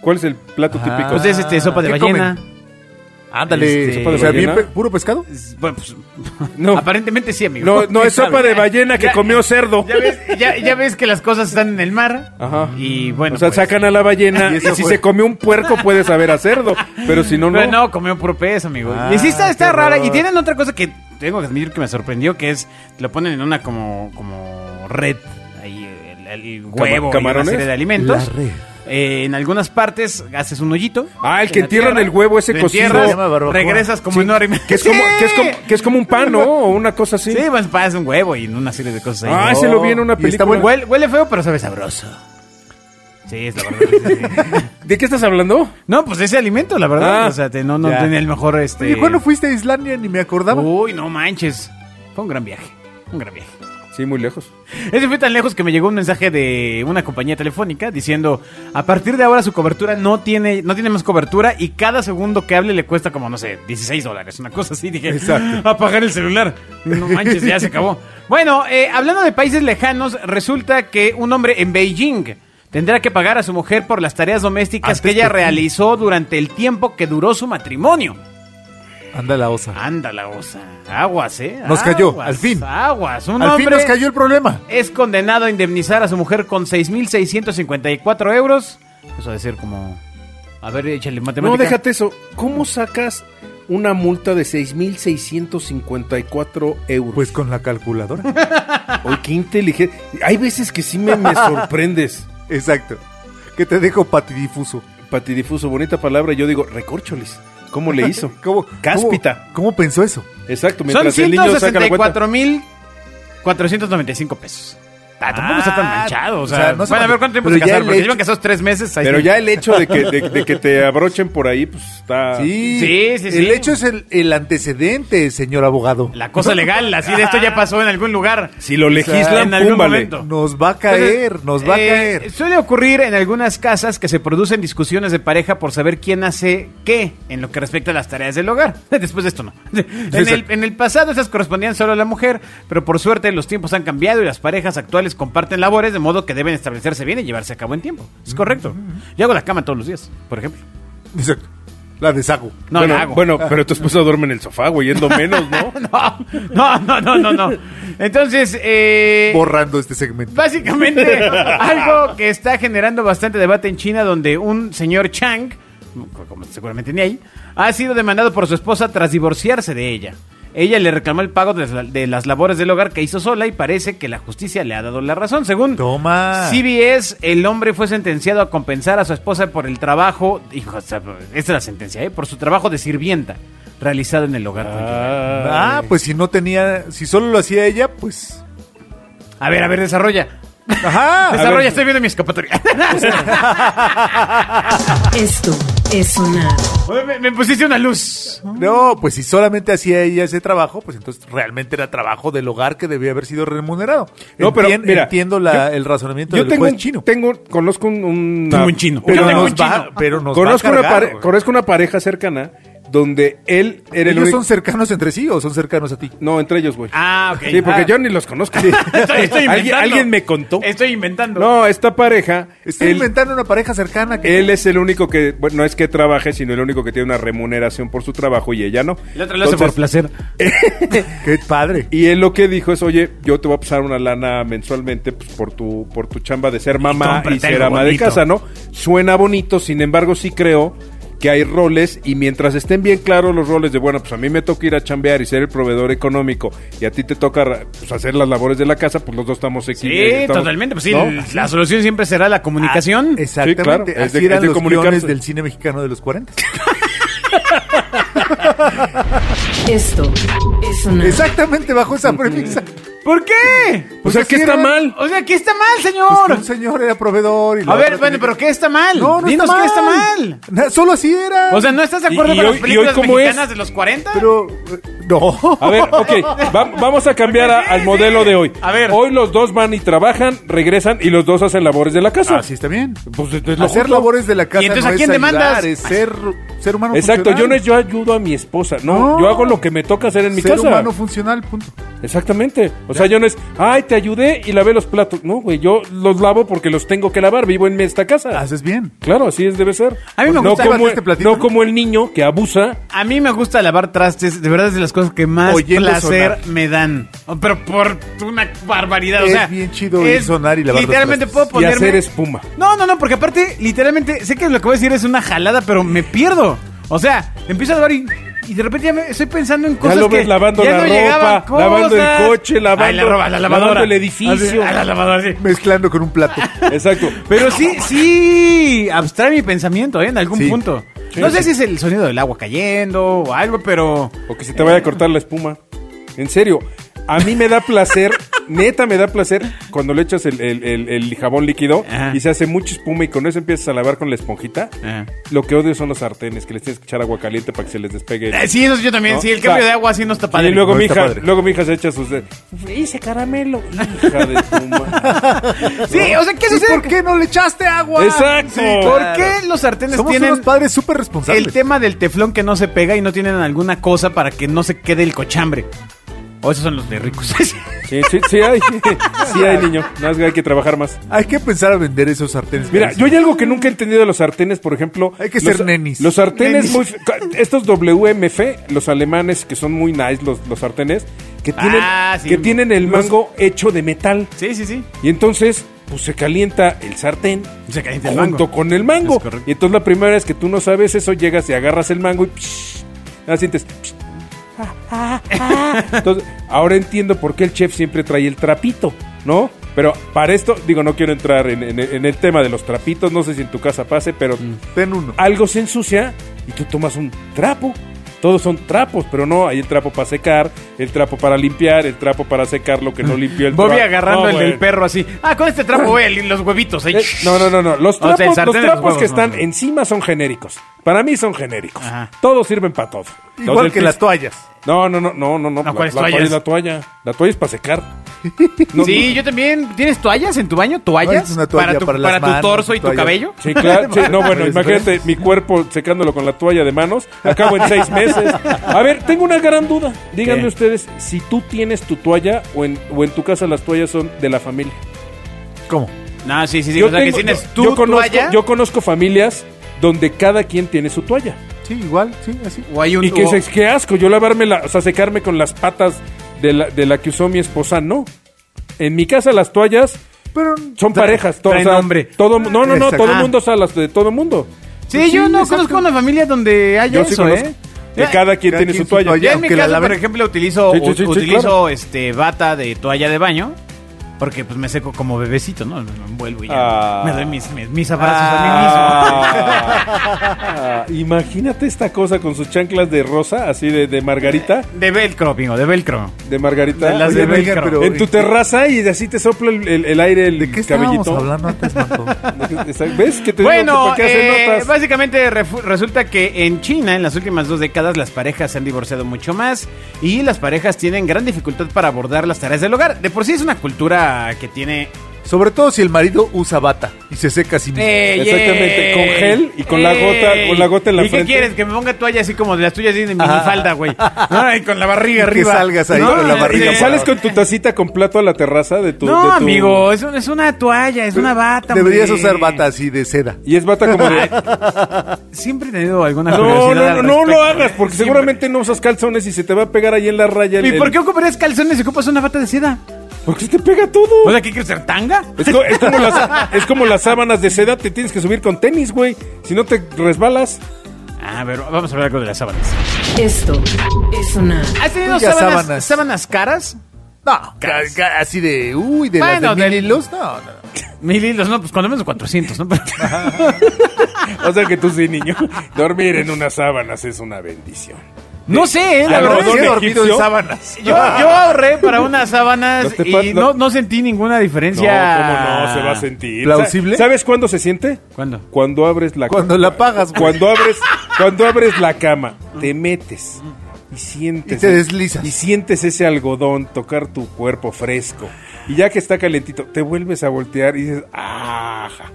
Speaker 4: ¿Cuál es el plato típico?
Speaker 2: Pues es este sopa de
Speaker 3: ¿qué
Speaker 2: ballena.
Speaker 3: Ándale.
Speaker 2: Este,
Speaker 4: sopa de
Speaker 3: o sea,
Speaker 4: ballena.
Speaker 3: bien pe- puro pescado.
Speaker 2: Es- Bueno, pues,
Speaker 4: No.
Speaker 2: aparentemente sí, amigo.
Speaker 4: no,
Speaker 2: [laughs]
Speaker 4: no, es
Speaker 2: ¿Quién
Speaker 4: sopa
Speaker 2: sabe?
Speaker 4: de ballena que
Speaker 2: Ya-
Speaker 4: comió cerdo.
Speaker 2: Ya ves, ya, ya ves que las cosas están en el mar.
Speaker 4: Ajá.
Speaker 2: Y bueno.
Speaker 4: o sea,
Speaker 2: pues,
Speaker 4: sacan a
Speaker 2: [laughs]
Speaker 4: la ballena
Speaker 3: Y
Speaker 4: y,
Speaker 3: eso
Speaker 4: si
Speaker 3: fue.
Speaker 4: se comió un puerco puede saber a cerdo, pero si no,
Speaker 2: Pero
Speaker 4: no.
Speaker 2: no, comió puro pez, amigo.
Speaker 3: Ah,
Speaker 2: y sí está, está
Speaker 3: qué
Speaker 2: rara.
Speaker 3: horror.
Speaker 2: Y tienen otra cosa que tengo que admitir que me sorprendió, que es, lo ponen en una como, como red, ahí el, el huevo, y una
Speaker 4: ¿camarones?
Speaker 2: serie de alimentos.
Speaker 3: La red.
Speaker 2: Eh, en algunas partes haces un hoyito.
Speaker 4: Ah, el que
Speaker 2: en la
Speaker 4: entierran
Speaker 2: tierra,
Speaker 4: el huevo ese
Speaker 2: lo
Speaker 4: cocido.
Speaker 2: entierras,
Speaker 3: Se llama barbacoa.
Speaker 2: Regresas como en una hora y media.
Speaker 4: Que es, como,
Speaker 2: ¡Sí!
Speaker 4: que, es como, que es como un pan, ¿no? O una cosa así.
Speaker 2: Sí, pues pasa un huevo y una serie de cosas ahí.
Speaker 4: ah,
Speaker 2: ¿no?
Speaker 4: ese lo vi en una
Speaker 3: Y está
Speaker 4: película.
Speaker 3: bueno.
Speaker 2: Huele, huele feo, pero sabe sabroso. Sí, es la verdad. sí, sí.
Speaker 4: ¿De qué estás hablando?
Speaker 2: [laughs] No, pues ese alimento, la verdad.
Speaker 4: Ah,
Speaker 2: o sea, te- no, no
Speaker 4: ya.
Speaker 2: tenía el mejor este.
Speaker 3: Oye, ¿cuándo fuiste a Islandia? Ni me acordaba.
Speaker 2: Uy, no manches. Fue un gran viaje. Un gran viaje.
Speaker 4: Sí, muy lejos.
Speaker 2: Ese fue tan lejos que me llegó un mensaje de una compañía telefónica diciendo, a partir de ahora su cobertura no tiene, no tiene más cobertura y cada segundo que hable le cuesta como, no sé, 16 dólares, una cosa así. Dije,
Speaker 3: Exacto.
Speaker 2: apagar el celular. No manches, ya se acabó. Bueno, eh, hablando de países lejanos, resulta que un hombre en Beijing tendrá que pagar a su mujer por las tareas domésticas
Speaker 3: Antes
Speaker 2: que ella
Speaker 3: que-
Speaker 2: realizó durante el tiempo que duró su matrimonio.
Speaker 3: Anda la osa.
Speaker 2: Anda la osa. Aguas, ¿eh?
Speaker 3: Nos cayó,
Speaker 2: Aguas,
Speaker 3: al fin.
Speaker 2: Aguas. Un
Speaker 3: Al fin
Speaker 2: hombre
Speaker 3: nos cayó el problema.
Speaker 2: es condenado a indemnizar a su mujer con 6.654 euros. Eso ha de ser como... A ver, échale
Speaker 4: No,
Speaker 2: matemática.
Speaker 4: déjate eso. ¿Cómo sacas una multa de 6.654 euros?
Speaker 3: Pues con la calculadora. [laughs]
Speaker 4: Oye, qué inteligente. Hay veces que sí me,
Speaker 2: [laughs]
Speaker 4: me sorprendes.
Speaker 3: Exacto. Que te dejo patidifuso.
Speaker 4: Patidifuso, bonita palabra. Yo digo, recorcholis. ¿Cómo le hizo?
Speaker 3: ¿Cómo,
Speaker 4: Cáspita.
Speaker 3: ¿Cómo, cómo pensó eso?
Speaker 4: Exacto,
Speaker 2: Son
Speaker 4: mientras el niño saca la cuenta.
Speaker 2: 164.495 pesos. Ah, tampoco está tan
Speaker 3: Ah,
Speaker 2: manchado. O
Speaker 3: o
Speaker 2: sea,
Speaker 3: sea, no se
Speaker 2: van a
Speaker 3: mancha.
Speaker 2: ver cuánto tiempo
Speaker 3: Pero
Speaker 2: se
Speaker 3: ya
Speaker 2: casaron.
Speaker 3: el
Speaker 2: Porque
Speaker 3: hecho-
Speaker 2: llevan casados tres meses. ahí
Speaker 4: Pero
Speaker 2: está.
Speaker 4: ya el hecho de que, de- de que te abrochen por ahí, pues está...
Speaker 3: Sí.
Speaker 2: Ah. Sí, sí, sí.
Speaker 3: El hecho es el, el antecedente, señor abogado.
Speaker 2: La
Speaker 4: [laughs]
Speaker 2: cosa legal, así de esto ya pasó en algún lugar.
Speaker 4: Si lo
Speaker 2: en
Speaker 4: legislan,
Speaker 2: algún
Speaker 4: púmbale.
Speaker 2: momento.
Speaker 3: Nos va a caer,
Speaker 2: Entonces,
Speaker 3: nos va a
Speaker 2: eh,
Speaker 3: caer.
Speaker 2: Suele ocurrir en algunas casas que se producen discusiones de pareja por saber quién hace qué en lo que respecta a las tareas del hogar. [laughs] Después de esto no. En el,
Speaker 4: Exacto.
Speaker 2: en el pasado estas correspondían solo a la mujer, pero por suerte los tiempos han cambiado y las parejas actuales comparten labores de modo que deben establecerse bien y llevarse a cabo en tiempo. Es
Speaker 3: Mm,
Speaker 2: correcto. Yo hago la cama todos los días, por ejemplo. [laughs]
Speaker 3: Exacto. La deshago.
Speaker 2: No,
Speaker 4: bueno,
Speaker 2: la hago.
Speaker 4: bueno, pero tu esposa duerme en el sofá, güey, yendo menos,
Speaker 2: [laughs]
Speaker 4: ¿no?
Speaker 2: No, no, no, no, no. Entonces, eh...
Speaker 3: Borrando este segmento.
Speaker 2: Básicamente,
Speaker 3: [laughs]
Speaker 2: algo que está generando bastante debate en China, donde un señor Chang, como seguramente ni ahí, ha sido demandado por su esposa tras divorciarse de ella. Ella le reclamó el pago de, las- de las labores del hogar que hizo sola y parece que la justicia le ha dado la razón. Según
Speaker 3: Toma.
Speaker 2: CBS, el hombre fue sentenciado a compensar a su esposa por el trabajo, hijo, o sea, esta es la sentencia, ¿eh? por su trabajo de sirvienta realizado en el hogar. conyugal.
Speaker 3: Ah, pues si no tenía, si solo lo hacía ella, pues.
Speaker 2: A ver, a ver, desarrolla. [laughs]
Speaker 3: Ajá.
Speaker 2: Desarrolla,
Speaker 4: ver.
Speaker 2: estoy viendo mi
Speaker 3: [laughs]
Speaker 2: escapatoria.
Speaker 1: Esto es sonar.
Speaker 2: Me, me pusiste una luz.
Speaker 3: No, pues si solamente hacía ella ese trabajo, pues entonces realmente era trabajo del hogar que debía haber sido remunerado.
Speaker 4: No, pero,
Speaker 3: Entien-
Speaker 4: mira,
Speaker 3: entiendo la-
Speaker 4: yo-
Speaker 3: el razonamiento
Speaker 4: Yo
Speaker 3: del
Speaker 4: tengo,
Speaker 3: juez
Speaker 4: un-
Speaker 3: chino.
Speaker 4: tengo, conozco un, una-
Speaker 2: Tengo un chino. Yo
Speaker 4: una-
Speaker 3: Pero
Speaker 2: tengo
Speaker 3: nos,
Speaker 2: un
Speaker 3: va,
Speaker 2: chino.
Speaker 3: pero nos
Speaker 4: conozco,
Speaker 3: va a
Speaker 4: una
Speaker 3: cargar,
Speaker 4: pare-
Speaker 3: güey.
Speaker 4: conozco una pareja cercana donde él era el
Speaker 3: Ellos
Speaker 4: único.
Speaker 3: son cercanos entre sí o son cercanos a ti.
Speaker 4: No, entre ellos, güey.
Speaker 2: Ah, ok.
Speaker 4: Sí, porque
Speaker 2: Ah.
Speaker 4: yo ni los
Speaker 2: [laughs]
Speaker 4: conozco.
Speaker 2: Estoy, estoy inventando.
Speaker 4: [laughs] ¿Alguien, alguien me contó.
Speaker 2: Estoy inventando.
Speaker 4: No, esta pareja.
Speaker 3: Estoy
Speaker 4: él-
Speaker 3: inventando una pareja cercana que
Speaker 4: Él es el único que, bueno, no es que trabaje, sino el único que tiene una remuneración por su trabajo y ella no.
Speaker 2: El otro lo hace por
Speaker 4: Entonces,
Speaker 2: placer.
Speaker 3: qué padre.
Speaker 4: Y él lo que dijo es, oye, yo te voy a pasar una lana mensualmente pues, por tu por tu chamba de ser mamá
Speaker 2: cómprate
Speaker 4: y ser
Speaker 2: algo
Speaker 4: ama de
Speaker 2: bonito.
Speaker 4: casa, ¿no? Suena bonito, sin embargo sí creo que hay roles y mientras estén bien claros los roles de, bueno, pues a mí me toca ir a chambear y ser el proveedor económico y a ti te toca pues, hacer las labores de la casa, pues los dos estamos aquí.
Speaker 2: Sí,
Speaker 4: estamos-
Speaker 2: totalmente. Pues sí,
Speaker 4: ¿no?
Speaker 2: la solución siempre será la comunicación.
Speaker 3: Ah, exactamente.
Speaker 4: Sí, claro, es de-
Speaker 3: Así
Speaker 4: es de
Speaker 3: eran los
Speaker 4: comunicarse.
Speaker 3: guiones del cine mexicano de los 40.
Speaker 1: Esto es sonar.
Speaker 3: Exactamente bajo esa premisa.
Speaker 2: ¿Por qué?
Speaker 4: O sea,
Speaker 3: Porque
Speaker 4: que
Speaker 3: sí
Speaker 4: está
Speaker 3: era-
Speaker 4: mal.
Speaker 2: O sea, ¿qué está mal,
Speaker 3: Pues que
Speaker 2: señor?
Speaker 3: un señor era proveedor. Y
Speaker 4: pues,
Speaker 3: la
Speaker 2: A ver,
Speaker 3: otra
Speaker 2: bueno,
Speaker 3: tenía-
Speaker 2: pero ¿qué está mal?
Speaker 3: No, no
Speaker 2: Dinos
Speaker 3: está
Speaker 2: qué
Speaker 3: mal.
Speaker 2: está mal.
Speaker 3: Na- Solo así era.
Speaker 2: O sea, ¿no estás de
Speaker 4: Y-
Speaker 2: acuerdo
Speaker 4: y
Speaker 2: con
Speaker 4: hoy-
Speaker 2: las
Speaker 4: y hoy
Speaker 2: películas
Speaker 4: cómo
Speaker 2: mexicanas
Speaker 4: es?
Speaker 2: de los 40?
Speaker 3: pero eh, no.
Speaker 4: A ver,
Speaker 3: [laughs]
Speaker 4: ok,
Speaker 2: [laughs]
Speaker 4: va- vamos a cambiar a- al modelo de hoy.
Speaker 2: A ver.
Speaker 4: Hoy los dos van y trabajan, regresan y los dos hacen labores de la
Speaker 2: Ah,
Speaker 4: casa.
Speaker 3: Así está bien.
Speaker 4: Pues es lo
Speaker 3: Hacer
Speaker 4: justo.
Speaker 3: labores de la casa
Speaker 2: ¿Y entonces
Speaker 3: no
Speaker 2: a
Speaker 3: es
Speaker 2: quién
Speaker 3: ayudar,
Speaker 2: demandas?
Speaker 3: es ser, ser humano
Speaker 4: Exacto, yo no
Speaker 3: funcional.
Speaker 4: es yo ayudo a mi esposa, no,
Speaker 3: Ah, No.
Speaker 4: yo hago lo que me toca hacer en mi
Speaker 3: ser
Speaker 4: casa.
Speaker 3: humano funcional, punto.
Speaker 4: Exactamente. O sea, yo no es, ay, te ayudé y lavé los platos. No, güey, yo los lavo porque los tengo que lavar, vivo en esta casa.
Speaker 3: Haces bien.
Speaker 4: Claro, así es, debe ser. Pues
Speaker 2: A mí me
Speaker 4: no
Speaker 2: gusta-
Speaker 4: como,
Speaker 3: este platito.
Speaker 4: no como el niño que abusa.
Speaker 2: A mí me gusta lavar trastes, de verdad es de las cosas que más
Speaker 3: Oyendo
Speaker 2: placer
Speaker 3: sonar.
Speaker 2: me dan. Oh, Pero por una barbaridad, o
Speaker 3: Es
Speaker 2: sea.
Speaker 3: bien chido oír sonar y lavar los
Speaker 2: Literalmente
Speaker 3: trastes.
Speaker 2: puedo ponerme.
Speaker 4: hacer espuma.
Speaker 2: No, no, no, porque aparte, literalmente, sé que lo que voy a decir es una jalada, pero me pierdo. O sea, empiezo a lavar y. y de repente ya me- estoy pensando en cosas
Speaker 4: lo
Speaker 2: que
Speaker 4: ves lavando
Speaker 2: ya
Speaker 4: la
Speaker 2: no
Speaker 4: ropa,
Speaker 2: llegaban
Speaker 4: lavando el
Speaker 2: cosas.
Speaker 4: coche, lavando-
Speaker 2: Ay, la, ropa, la lavadora.
Speaker 4: lavando el edificio.
Speaker 2: Así, a la lavadora, sí.
Speaker 3: Mezclando con un plato.
Speaker 4: Exacto.
Speaker 2: Pero
Speaker 4: [laughs]
Speaker 2: sí, sí, abstrae mi pensamiento, ¿eh? En algún
Speaker 3: Sí.
Speaker 2: punto.
Speaker 4: Sí,
Speaker 2: no sé
Speaker 4: sí.
Speaker 2: si es el sonido del agua cayendo o algo, pero... [laughs]
Speaker 4: O que se te vaya a cortar la espuma. En serio, a mí me da placer neta me da placer cuando le echas el, el- el- el jabón líquido
Speaker 2: Ajá.
Speaker 4: y se hace mucha espuma y con eso empiezas a lavar con la esponjita.
Speaker 2: Ajá.
Speaker 4: Lo que odio son los sartenes, que les tienes que echar agua caliente para que se les despegue. el-
Speaker 2: Eh, Sí, eso yo también.
Speaker 4: ¿No?
Speaker 2: Sí, el cambio
Speaker 4: O sea,
Speaker 2: de agua sí no está padre.
Speaker 4: y luego
Speaker 3: no
Speaker 4: mi
Speaker 3: está
Speaker 4: hija,
Speaker 3: padre.
Speaker 4: luego mi hija se echa sus dedos. Hice caramelo, hija de tu madre.
Speaker 2: Sí, o sea, [laughs] ¿qué
Speaker 3: ¿Y
Speaker 2: sucede?
Speaker 3: por qué no le echaste agua?
Speaker 4: Exacto.
Speaker 2: Sí, ¿Por qué los sartenes
Speaker 3: Somos
Speaker 2: tienen
Speaker 3: unos padres súper
Speaker 2: el
Speaker 3: responsables.
Speaker 2: tema del teflón que no se pega y no tienen alguna cosa para que no se quede el cochambre? O esos son los de ricos. [laughs]
Speaker 4: Sí, sí, sí hay, [laughs] sí hay niño. Nada más que hay que trabajar más.
Speaker 3: Hay que pensar a vender esos sartenes.
Speaker 4: Mira, yo hay algo que nunca he entendido de los sartenes, por ejemplo.
Speaker 3: Hay que
Speaker 4: los-
Speaker 3: ser nenis.
Speaker 4: Los sartenes
Speaker 2: Nenis.
Speaker 4: muy. fe- ca- Estos WMF, los alemanes que son muy nice, los, los sartenes, que tienen,
Speaker 2: Ah, sí.
Speaker 4: que tienen el mango hecho de metal.
Speaker 2: Sí, sí, sí.
Speaker 4: Y entonces, pues se calienta el sartén.
Speaker 2: Se calienta el
Speaker 4: Junto
Speaker 2: mango.
Speaker 4: con el mango.
Speaker 2: Es correcto.
Speaker 4: Y entonces la primera vez que tú no sabes eso, llegas y agarras el mango y psh, nada, sientes. psh. ah, Entonces, ahora entiendo por qué el chef siempre trae el trapito, ¿no? Pero para esto, digo, no quiero entrar en, en- en el tema de los trapitos, no sé si en tu casa pase, pero
Speaker 2: Mm.
Speaker 3: Ten uno.
Speaker 4: algo se ensucia y tú tomas un trapo. Todos son trapos, pero no, hay el trapo para secar, el trapo para limpiar, el trapo para secar lo que no limpió el
Speaker 2: Bobby
Speaker 4: trapo.
Speaker 2: agarrando
Speaker 4: No,
Speaker 2: el
Speaker 4: bueno.
Speaker 2: del perro así. Ah, con este trapo voy a lir los huevitos. ahí.
Speaker 4: Eh, no, no, no, no. Los
Speaker 2: O sea, el
Speaker 4: trapos, los
Speaker 2: sartén de los
Speaker 4: trapos
Speaker 2: huevos,
Speaker 4: que
Speaker 2: no,
Speaker 4: están
Speaker 2: no.
Speaker 4: encima son genéricos. Para mí son genéricos.
Speaker 2: Ajá.
Speaker 4: Todos sirven para todo. Los
Speaker 3: Igual
Speaker 4: del
Speaker 3: que
Speaker 4: pis-
Speaker 3: las toallas.
Speaker 4: No, no, no, no, no, no. La,
Speaker 2: ¿cuáles
Speaker 4: la toalla
Speaker 2: toallas?
Speaker 4: es la toalla. La toalla es
Speaker 2: [laughs]
Speaker 4: para secar. No,
Speaker 2: sí,
Speaker 4: no.
Speaker 2: yo también. ¿Tienes toallas en tu baño? ¿Toallas?
Speaker 3: Es una toalla
Speaker 2: para tu,
Speaker 3: para las
Speaker 2: para tu
Speaker 3: manos,
Speaker 2: torso y tu
Speaker 3: toalla.
Speaker 2: cabello.
Speaker 4: Sí, claro. sí, no,
Speaker 2: [laughs]
Speaker 4: bueno,
Speaker 3: Toallas
Speaker 2: Pues,
Speaker 4: imagínate mi cuerpo secándolo con la toalla de manos. Acabo en seis meses. A ver, tengo una gran duda. Díganme
Speaker 2: ¿Qué?
Speaker 4: ustedes si tú tienes tu toalla o en, o en tu casa las toallas son de la familia.
Speaker 3: ¿Cómo?
Speaker 2: No, sí, sí, sí. o sea, que
Speaker 4: tengo-
Speaker 2: tienes
Speaker 4: yo-
Speaker 2: tu
Speaker 4: yo conozco,
Speaker 2: toalla
Speaker 4: yo conozco familias donde cada quien tiene su toalla.
Speaker 3: Sí, igual, sí, así.
Speaker 2: o hay un...
Speaker 4: Y que
Speaker 2: o-
Speaker 4: dices, qué asco, yo lavarme la, o sea, secarme con las patas de la, de la que usó mi esposa, no. En mi casa las toallas
Speaker 3: Pero
Speaker 4: son parejas, to- o
Speaker 2: traen
Speaker 4: sea,
Speaker 2: hombre.
Speaker 4: todo, no, no, no,
Speaker 3: Exacto.
Speaker 4: todo el
Speaker 2: Ah.
Speaker 4: mundo, o sea, las de todo el mundo.
Speaker 2: Pues Sí, yo no
Speaker 3: exacto.
Speaker 2: conozco una familia donde haya
Speaker 4: Yo sí
Speaker 2: eso,
Speaker 4: conozco.
Speaker 2: ¿eh?
Speaker 4: Que
Speaker 2: Ya-
Speaker 4: cada quien
Speaker 3: cada
Speaker 4: tiene
Speaker 3: quien
Speaker 4: su
Speaker 3: su
Speaker 4: toalla.
Speaker 3: toalla.
Speaker 2: Ya
Speaker 3: Ya,
Speaker 2: en mi
Speaker 3: aunque la
Speaker 2: caso,
Speaker 3: laven.
Speaker 2: por ejemplo, utilizo,
Speaker 4: Sí, sí, sí, sí,
Speaker 2: utilizo
Speaker 4: claro.
Speaker 2: este bata de toalla de baño. Porque pues me seco como bebecito, ¿no? Me envuelvo y ya.
Speaker 4: Ah.
Speaker 2: Me doy mis, mis, mis abrazos a mí mismo.
Speaker 4: Ah, [laughs] imagínate esta cosa con sus chanclas de rosa, así de, de margarita,
Speaker 2: De velcro, pingo, de velcro.
Speaker 4: de margarita.
Speaker 2: De las de
Speaker 4: Oye, venga,
Speaker 2: velcro.
Speaker 4: pero- en tu terraza y así te sopla el, el- el aire, el
Speaker 3: ¿De qué estábamos
Speaker 4: cabellito.
Speaker 3: hablando antes, Marco?
Speaker 4: ¿Ves? Que te digo que
Speaker 2: Bueno,
Speaker 4: para qué hacen
Speaker 2: eh,
Speaker 4: notas.
Speaker 2: básicamente refu- resulta que en China en las últimas dos décadas las parejas se han divorciado mucho más y las parejas tienen gran dificultad para abordar las tareas del hogar. De por sí es una cultura que tiene...
Speaker 3: Sobre todo si el marido usa bata y se seca sin
Speaker 2: ¡Ey,
Speaker 4: Exactamente,
Speaker 2: ey!
Speaker 4: con gel y con la gota- con la gota en la
Speaker 2: ¿Y
Speaker 4: frente?
Speaker 2: qué quieres? Que me ponga toalla así como de las tuyas así de minifalda, güey.
Speaker 4: [laughs]
Speaker 2: Ay, con la barriga
Speaker 3: Que
Speaker 2: arriba.
Speaker 3: salgas ahí con la
Speaker 2: eh,
Speaker 3: barriga
Speaker 4: Y
Speaker 3: por
Speaker 4: sales
Speaker 3: favor.
Speaker 4: con tu tacita con plato a la terraza de tu.
Speaker 2: No,
Speaker 4: de tu-
Speaker 2: amigo, es, un- es una toalla, es una bata.
Speaker 3: Deberías
Speaker 2: hombre.
Speaker 3: usar bata así de seda.
Speaker 4: Y es bata
Speaker 2: [laughs]
Speaker 4: como de.
Speaker 2: Siempre he tenido alguna
Speaker 4: No, no,
Speaker 2: curiosidad
Speaker 4: no,
Speaker 2: al
Speaker 4: no lo
Speaker 2: respecto,
Speaker 4: hagas,
Speaker 2: ¿eh?
Speaker 4: porque
Speaker 2: Siempre.
Speaker 4: seguramente no usas calzones y se te va a pegar ahí en la raya. el-
Speaker 2: ¿Y por
Speaker 4: el-
Speaker 2: qué ocuparías calzones si ocupas una bata de seda?
Speaker 4: Porque se te pega todo.
Speaker 2: O sea, ¿qué quieres ser tanga?
Speaker 4: Es,
Speaker 2: [laughs]
Speaker 4: co- es como las, es como las sábanas de seda, te tienes que subir con tenis, güey. Si no te resbalas.
Speaker 2: Ah, A ver, vamos a hablar algo de las sábanas.
Speaker 1: Esto es sonar.
Speaker 2: ¿Has tenido
Speaker 3: Tuyas
Speaker 2: sábanas,
Speaker 3: sábanas.
Speaker 2: sábanas caras?
Speaker 3: No, ca- ca- así de, uy, de
Speaker 2: Bueno,
Speaker 3: las de
Speaker 2: del-
Speaker 3: mil hilos. No, no, no.
Speaker 2: Mil hilos, no, pues cuando menos 400, ¿no? Pero-
Speaker 4: O sea que tú sí, niño. Dormir en unas sábanas es una bendición.
Speaker 2: no sé, ¿eh? la
Speaker 4: Al
Speaker 2: verdad.
Speaker 4: rodón
Speaker 3: sí he
Speaker 4: egipcio.
Speaker 3: dormido en sábanas.
Speaker 4: [laughs]
Speaker 2: Yo, yo ahorré para unas
Speaker 4: Los
Speaker 2: sábanas
Speaker 4: tepa-
Speaker 2: y
Speaker 4: lo-
Speaker 2: no, no sentí ninguna
Speaker 4: No,
Speaker 2: diferencia.
Speaker 4: cómo no, se va a sentir.
Speaker 3: ¿Plausible?
Speaker 4: ¿Sabes cuándo se siente?
Speaker 2: ¿Cuándo?
Speaker 4: Cuando abres la
Speaker 3: Cuando la apagas, güey.
Speaker 4: Cuando abres, cuando abres la cama, te metes y sientes. e-,
Speaker 3: Y te deslizas.
Speaker 4: Y sientes ese algodón tocar tu cuerpo fresco. Y ya que está calentito, te vuelves a voltear y dices, ¡aja!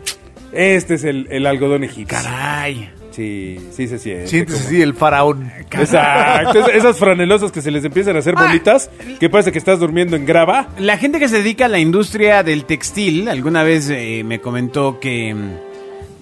Speaker 4: Este es el, el algodón egipcio.
Speaker 2: Caray.
Speaker 4: Sí, sí se siente.
Speaker 3: Sientes
Speaker 4: como-
Speaker 3: así el faraón.
Speaker 4: Exacto. es- Esas franelosas que se les empiezan a hacer
Speaker 2: Ah.
Speaker 4: bolitas, que parece que estás durmiendo en grava.
Speaker 2: La gente que se dedica a la industria del textil alguna vez eh, me comentó que mm,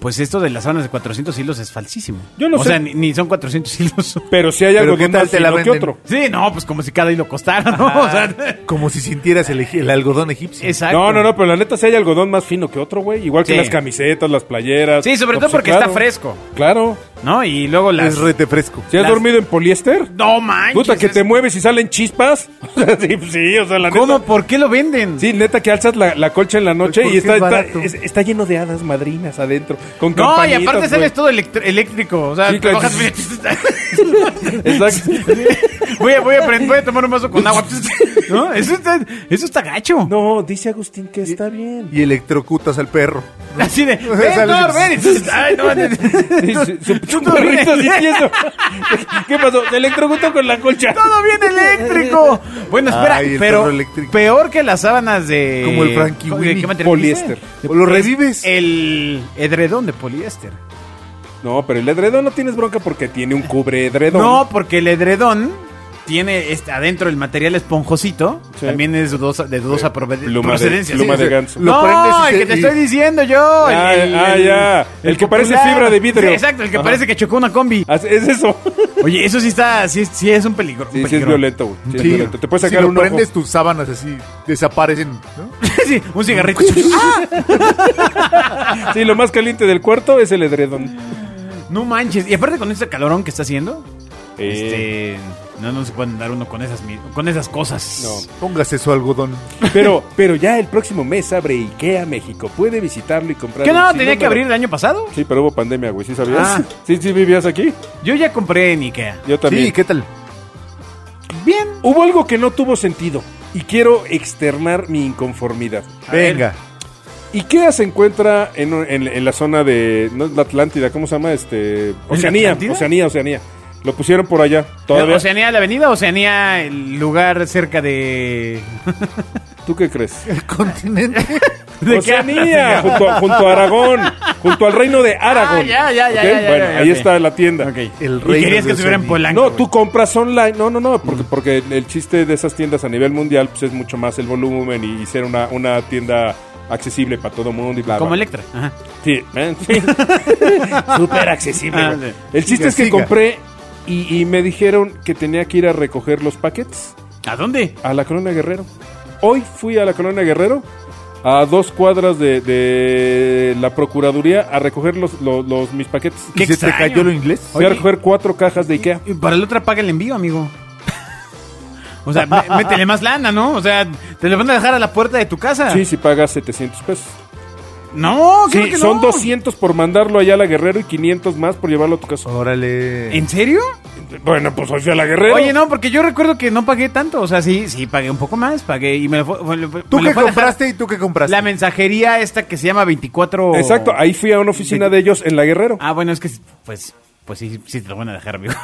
Speaker 2: pues esto de las sábanas de 400 hilos es falsísimo.
Speaker 4: Yo no
Speaker 2: o
Speaker 4: sé.
Speaker 2: sea, ni, ni son 400 hilos. [laughs]
Speaker 4: Pero si hay
Speaker 3: Pero
Speaker 4: algo
Speaker 3: ¿qué tal te la
Speaker 4: que
Speaker 3: venden?
Speaker 4: otro.
Speaker 2: Sí, no, pues como si cada hilo costara, ¿no? O sea, [laughs]
Speaker 3: Como si sintieras el, eg- el algodón egipcio.
Speaker 2: exacto.
Speaker 4: No, no, no, pero la neta sí hay algodón más fino que otro, güey. Igual que
Speaker 2: Sí.
Speaker 4: las camisetas, las playeras.
Speaker 2: Sí, sobre
Speaker 4: No,
Speaker 2: todo
Speaker 4: pues,
Speaker 2: porque está fresco.
Speaker 4: Claro.
Speaker 2: ¿no? Y luego las...
Speaker 3: Es rete fresco.
Speaker 4: ¿Se has
Speaker 2: Las-
Speaker 4: dormido en poliéster?
Speaker 2: No manches.
Speaker 4: Puta, que
Speaker 2: es-
Speaker 4: te mueves y salen chispas. [laughs] sí, sí, o sea, la neta.
Speaker 2: ¿Cómo? ¿Por qué lo venden?
Speaker 4: Sí, neta que alzas la, la colcha en la noche
Speaker 3: Pues
Speaker 4: y
Speaker 3: porque es
Speaker 4: está, está,
Speaker 3: barato.
Speaker 4: es- está lleno de hadas madrinas adentro. Con
Speaker 2: No, y
Speaker 4: campanitas,
Speaker 2: aparte
Speaker 4: güey.
Speaker 2: sales todo electr- eléctrico. O sea,
Speaker 4: Sí,
Speaker 2: te
Speaker 4: claro.
Speaker 2: bajas- [laughs]
Speaker 4: Exacto.
Speaker 2: voy, a, voy, a prend- voy a tomar un vaso con agua. [laughs] ¿No? Eso está, eso está gacho.
Speaker 4: No, dice Agustín que
Speaker 2: [laughs]
Speaker 4: está bien.
Speaker 3: Y electrocutas al perro.
Speaker 2: Así de, ven,
Speaker 3: Sales-
Speaker 2: Thor, ven. Y- [laughs] Ay, no, no, no.
Speaker 4: Y su- su- su
Speaker 2: Todo
Speaker 4: perrito
Speaker 2: bien.
Speaker 4: así tieso. [laughs] ¿Qué pasó? Te electrocutó con la colcha.
Speaker 2: Todo bien eléctrico. Bueno, espera,
Speaker 3: Ay, el
Speaker 2: pero
Speaker 3: perro eléctrico.
Speaker 2: peor que las sábanas de...
Speaker 3: Como el Frankie
Speaker 2: ¿de
Speaker 3: Winnie,
Speaker 2: qué material
Speaker 4: poliéster.
Speaker 2: dice?
Speaker 3: O lo
Speaker 2: Es
Speaker 3: revives.
Speaker 2: El edredón de poliéster.
Speaker 4: No, pero el edredón no tienes bronca porque tiene un cubre edredón.
Speaker 2: No, porque el edredón tiene este, adentro el material esponjosito.
Speaker 4: Sí.
Speaker 2: También es dudosa- de dudosa prove-
Speaker 4: Pluma de-
Speaker 2: procedencia.
Speaker 4: pluma
Speaker 2: sí.
Speaker 4: de ganso.
Speaker 3: Lo
Speaker 2: no,
Speaker 3: prendes y
Speaker 2: el
Speaker 3: se-
Speaker 2: que te
Speaker 3: y-
Speaker 2: estoy diciendo yo. el-
Speaker 4: Ah,
Speaker 2: el-
Speaker 4: ah,
Speaker 2: el-
Speaker 4: ya. El que parece fibra de vidrio.
Speaker 2: Sí, exacto, el que
Speaker 4: Ajá.
Speaker 2: parece que chocó una combi.
Speaker 4: Ah, Es eso.
Speaker 2: Oye, eso sí está, sí, es- sí es un peligro. un
Speaker 4: Sí, sí es
Speaker 2: peligro.
Speaker 4: violento, güey. Sí es
Speaker 3: Sí.
Speaker 4: violento. Te puedes
Speaker 3: Si
Speaker 4: sacar
Speaker 3: lo
Speaker 4: un ojo.
Speaker 3: prendes tus sábanas así, desaparecen, ¿no?
Speaker 2: [laughs] sí, un
Speaker 4: [laughs]
Speaker 2: cigarrito. Ah,
Speaker 4: Sí, lo más caliente del cuarto es el edredón.
Speaker 2: no manches. Y aparte con este calorón que está haciendo,
Speaker 4: Eh,
Speaker 2: este, no, no se puede andar uno con esas, mi- con esas cosas.
Speaker 4: No.
Speaker 3: Póngase su algodón.
Speaker 4: Pero, pero ya el próximo mes abre IKEA México. Puede visitarlo y comprar.
Speaker 2: ¿Qué
Speaker 4: un
Speaker 2: no?
Speaker 4: sin
Speaker 2: ¿Tenía que
Speaker 4: número.
Speaker 2: abrir el año pasado?
Speaker 4: Sí, pero hubo pandemia, güey. ¿Sí sabías?
Speaker 2: Ah.
Speaker 4: Sí, sí vivías aquí.
Speaker 2: Yo ya compré en Ikea.
Speaker 4: Yo también.
Speaker 3: Sí, ¿qué tal?
Speaker 2: Bien.
Speaker 4: Hubo algo que no tuvo sentido y quiero externar mi inconformidad.
Speaker 2: A ver.
Speaker 3: Venga.
Speaker 4: IKEA se encuentra en, en- en la zona de no es la Atlántida, ¿cómo se llama? Este Oceanía,
Speaker 2: Atlántida?
Speaker 4: Oceanía, Oceanía. Lo pusieron por allá. Todavía.
Speaker 2: Oceanía la avenida, Oceanía el lugar cerca de... [laughs]
Speaker 4: ¿Tú qué crees?
Speaker 3: El continente.
Speaker 2: ¿De qué
Speaker 4: Oceanía,
Speaker 2: hablas,
Speaker 4: [laughs] junto, a- junto a Aragón, junto al reino de Aragón.
Speaker 2: Ah, ya, ya, ya,
Speaker 4: ¿Ok?
Speaker 2: ya, ya,
Speaker 4: bueno,
Speaker 2: ya,
Speaker 4: ahí
Speaker 2: ya.
Speaker 4: está la tienda.
Speaker 2: Ok.
Speaker 3: El
Speaker 2: [laughs] y
Speaker 3: reino
Speaker 2: querías
Speaker 3: de
Speaker 2: que estuviera en
Speaker 3: Oceanía.
Speaker 2: Polanco.
Speaker 4: No,
Speaker 2: güey.
Speaker 4: tú compras online. No, no, no, porque, porque el- el chiste de esas tiendas a nivel mundial pues, es mucho más el volumen y, y ser una, una tienda accesible para todo mundo y bla, bla.
Speaker 2: Como Electra. Ajá.
Speaker 4: Sí, ¿eh?
Speaker 2: [laughs]
Speaker 4: Sí. súper accesible.
Speaker 2: Ah,
Speaker 4: güey.
Speaker 2: sí.
Speaker 4: El chiste
Speaker 3: Siga,
Speaker 4: es que
Speaker 3: siga.
Speaker 4: compré y, y me dijeron que tenía que ir a recoger los paquetes
Speaker 2: ¿A dónde?
Speaker 4: a la Colonia Guerrero. Hoy fui a la Colonia Guerrero, a dos cuadras de, de la Procuraduría, a recoger los, los- los- mis paquetes.
Speaker 2: Qué
Speaker 3: ¿Y se te
Speaker 2: extraño.
Speaker 3: cayó lo inglés?
Speaker 4: Fui a recoger cuatro cajas de Ikea.
Speaker 2: Y para el otro paga el envío, amigo. O sea, mé- métele más lana, ¿no? O sea, te lo van a dejar a la puerta de tu casa.
Speaker 4: Sí, si pagas 700 pesos.
Speaker 2: No, creo
Speaker 4: Sí,
Speaker 2: que no.
Speaker 4: son 200 por mandarlo allá a la Guerrero y 500 más por llevarlo a tu casa.
Speaker 3: Órale.
Speaker 2: ¿En serio?
Speaker 4: Bueno, pues hoy fui a la Guerrero.
Speaker 2: Oye, no, porque yo recuerdo que no pagué tanto. O sea, sí, sí, pagué un poco más. Pagué y me lo fue- me lo fue-
Speaker 3: ¿Tú
Speaker 2: me lo
Speaker 3: qué
Speaker 2: fue a dejar
Speaker 3: compraste y tú qué compraste?
Speaker 2: La mensajería esta que se llama 24...
Speaker 4: Exacto, ahí fui a una oficina de ellos en la Guerrero.
Speaker 2: Ah, bueno, es que pues, pues sí, sí te lo van a dejar, amigo.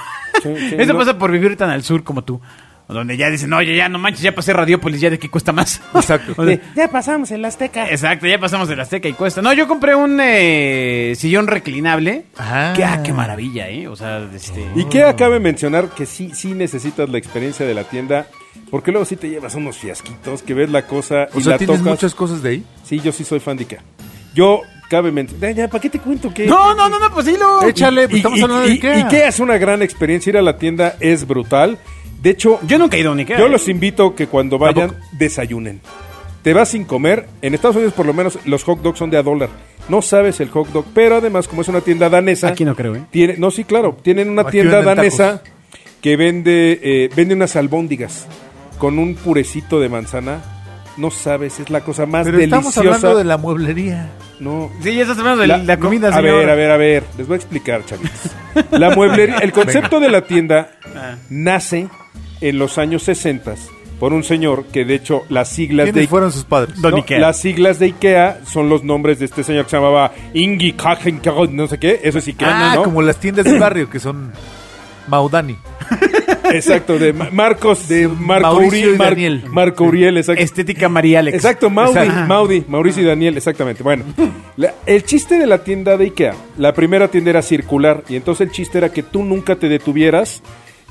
Speaker 4: Sí, sí,
Speaker 2: [laughs] Eso
Speaker 4: no.
Speaker 2: pasa por vivir tan al sur como tú. Donde ya dicen, oye, ya no manches, ya pasé Radiópolis, ya de qué cuesta más. [laughs]
Speaker 3: Exacto.
Speaker 2: O sea,
Speaker 5: Ya pasamos el Azteca.
Speaker 2: Exacto, ya pasamos de la Azteca y cuesta. No, yo compré un eh, sillón reclinable.
Speaker 3: Ah.
Speaker 2: Que, ah, qué maravilla, ¿eh? O sea, este.
Speaker 4: Y que acabe mencionar que sí, sí necesitas la experiencia de la tienda, porque luego sí te llevas unos fiasquitos, que ves la cosa
Speaker 3: O
Speaker 4: y
Speaker 3: sea,
Speaker 4: la
Speaker 3: ¿tienes
Speaker 4: tocas.
Speaker 3: muchas cosas de ahí?
Speaker 4: Sí, yo sí soy fan de Ikea. Yo, cabe mencionar, ya, ¿para qué te cuento que
Speaker 2: No, no, no, no, pues dilo.
Speaker 3: Échale, pues estamos hablando de Ikea.
Speaker 4: es una gran experiencia, ir a la tienda es brutal. De hecho, yo,
Speaker 2: Yo nunca he ido a un Ikea. ¿eh?
Speaker 4: los invito que cuando vayan, desayunen. Te vas sin comer. En Estados Unidos, por lo menos, los hot dogs son de a dólar. No sabes el hot dog, pero además, como es una tienda danesa...
Speaker 2: Aquí no creo, ¿eh?
Speaker 4: Tiene- no, sí, claro. Tienen una
Speaker 3: Aquí
Speaker 4: tienda
Speaker 3: venden
Speaker 4: danesa que vende, eh, vende unas albóndigas con un purecito de manzana. No sabes, es la cosa más
Speaker 3: Pero
Speaker 4: deliciosa.
Speaker 3: estamos hablando de la mueblería.
Speaker 4: No.
Speaker 2: Sí, ya estás hablando de la, comida,
Speaker 4: no, A
Speaker 2: señor.
Speaker 4: ver, a ver, a ver. Les voy a explicar, chavitos. La mueblería,
Speaker 3: [laughs]
Speaker 4: el concepto de la tienda
Speaker 3: Ah.
Speaker 4: nace en los años 60 por un señor que, de hecho, las siglas de E
Speaker 3: ¿Quiénes fueron sus padres?
Speaker 2: Don
Speaker 4: no,
Speaker 2: Ikea.
Speaker 4: Las siglas de Ikea son los nombres de este señor que se llamaba Ingi Kagen, Kagen, no sé qué. Eso es Ikea,
Speaker 3: Ah,
Speaker 4: ¿no?
Speaker 3: como las tiendas del barrio que son Maudani. [laughs]
Speaker 4: Exacto, de Ma- Marcos, de Marco
Speaker 3: Mauricio
Speaker 4: Uriel,
Speaker 3: y Daniel.
Speaker 4: Marco Uriel, exacto.
Speaker 2: Estética María Alex.
Speaker 4: Exacto, Maudi,
Speaker 2: Ajá.
Speaker 4: Maudi, Mauricio y Daniel, exactamente. Bueno, la- el chiste de la tienda de Ikea, la primera tienda era circular y entonces el chiste era que tú nunca te detuvieras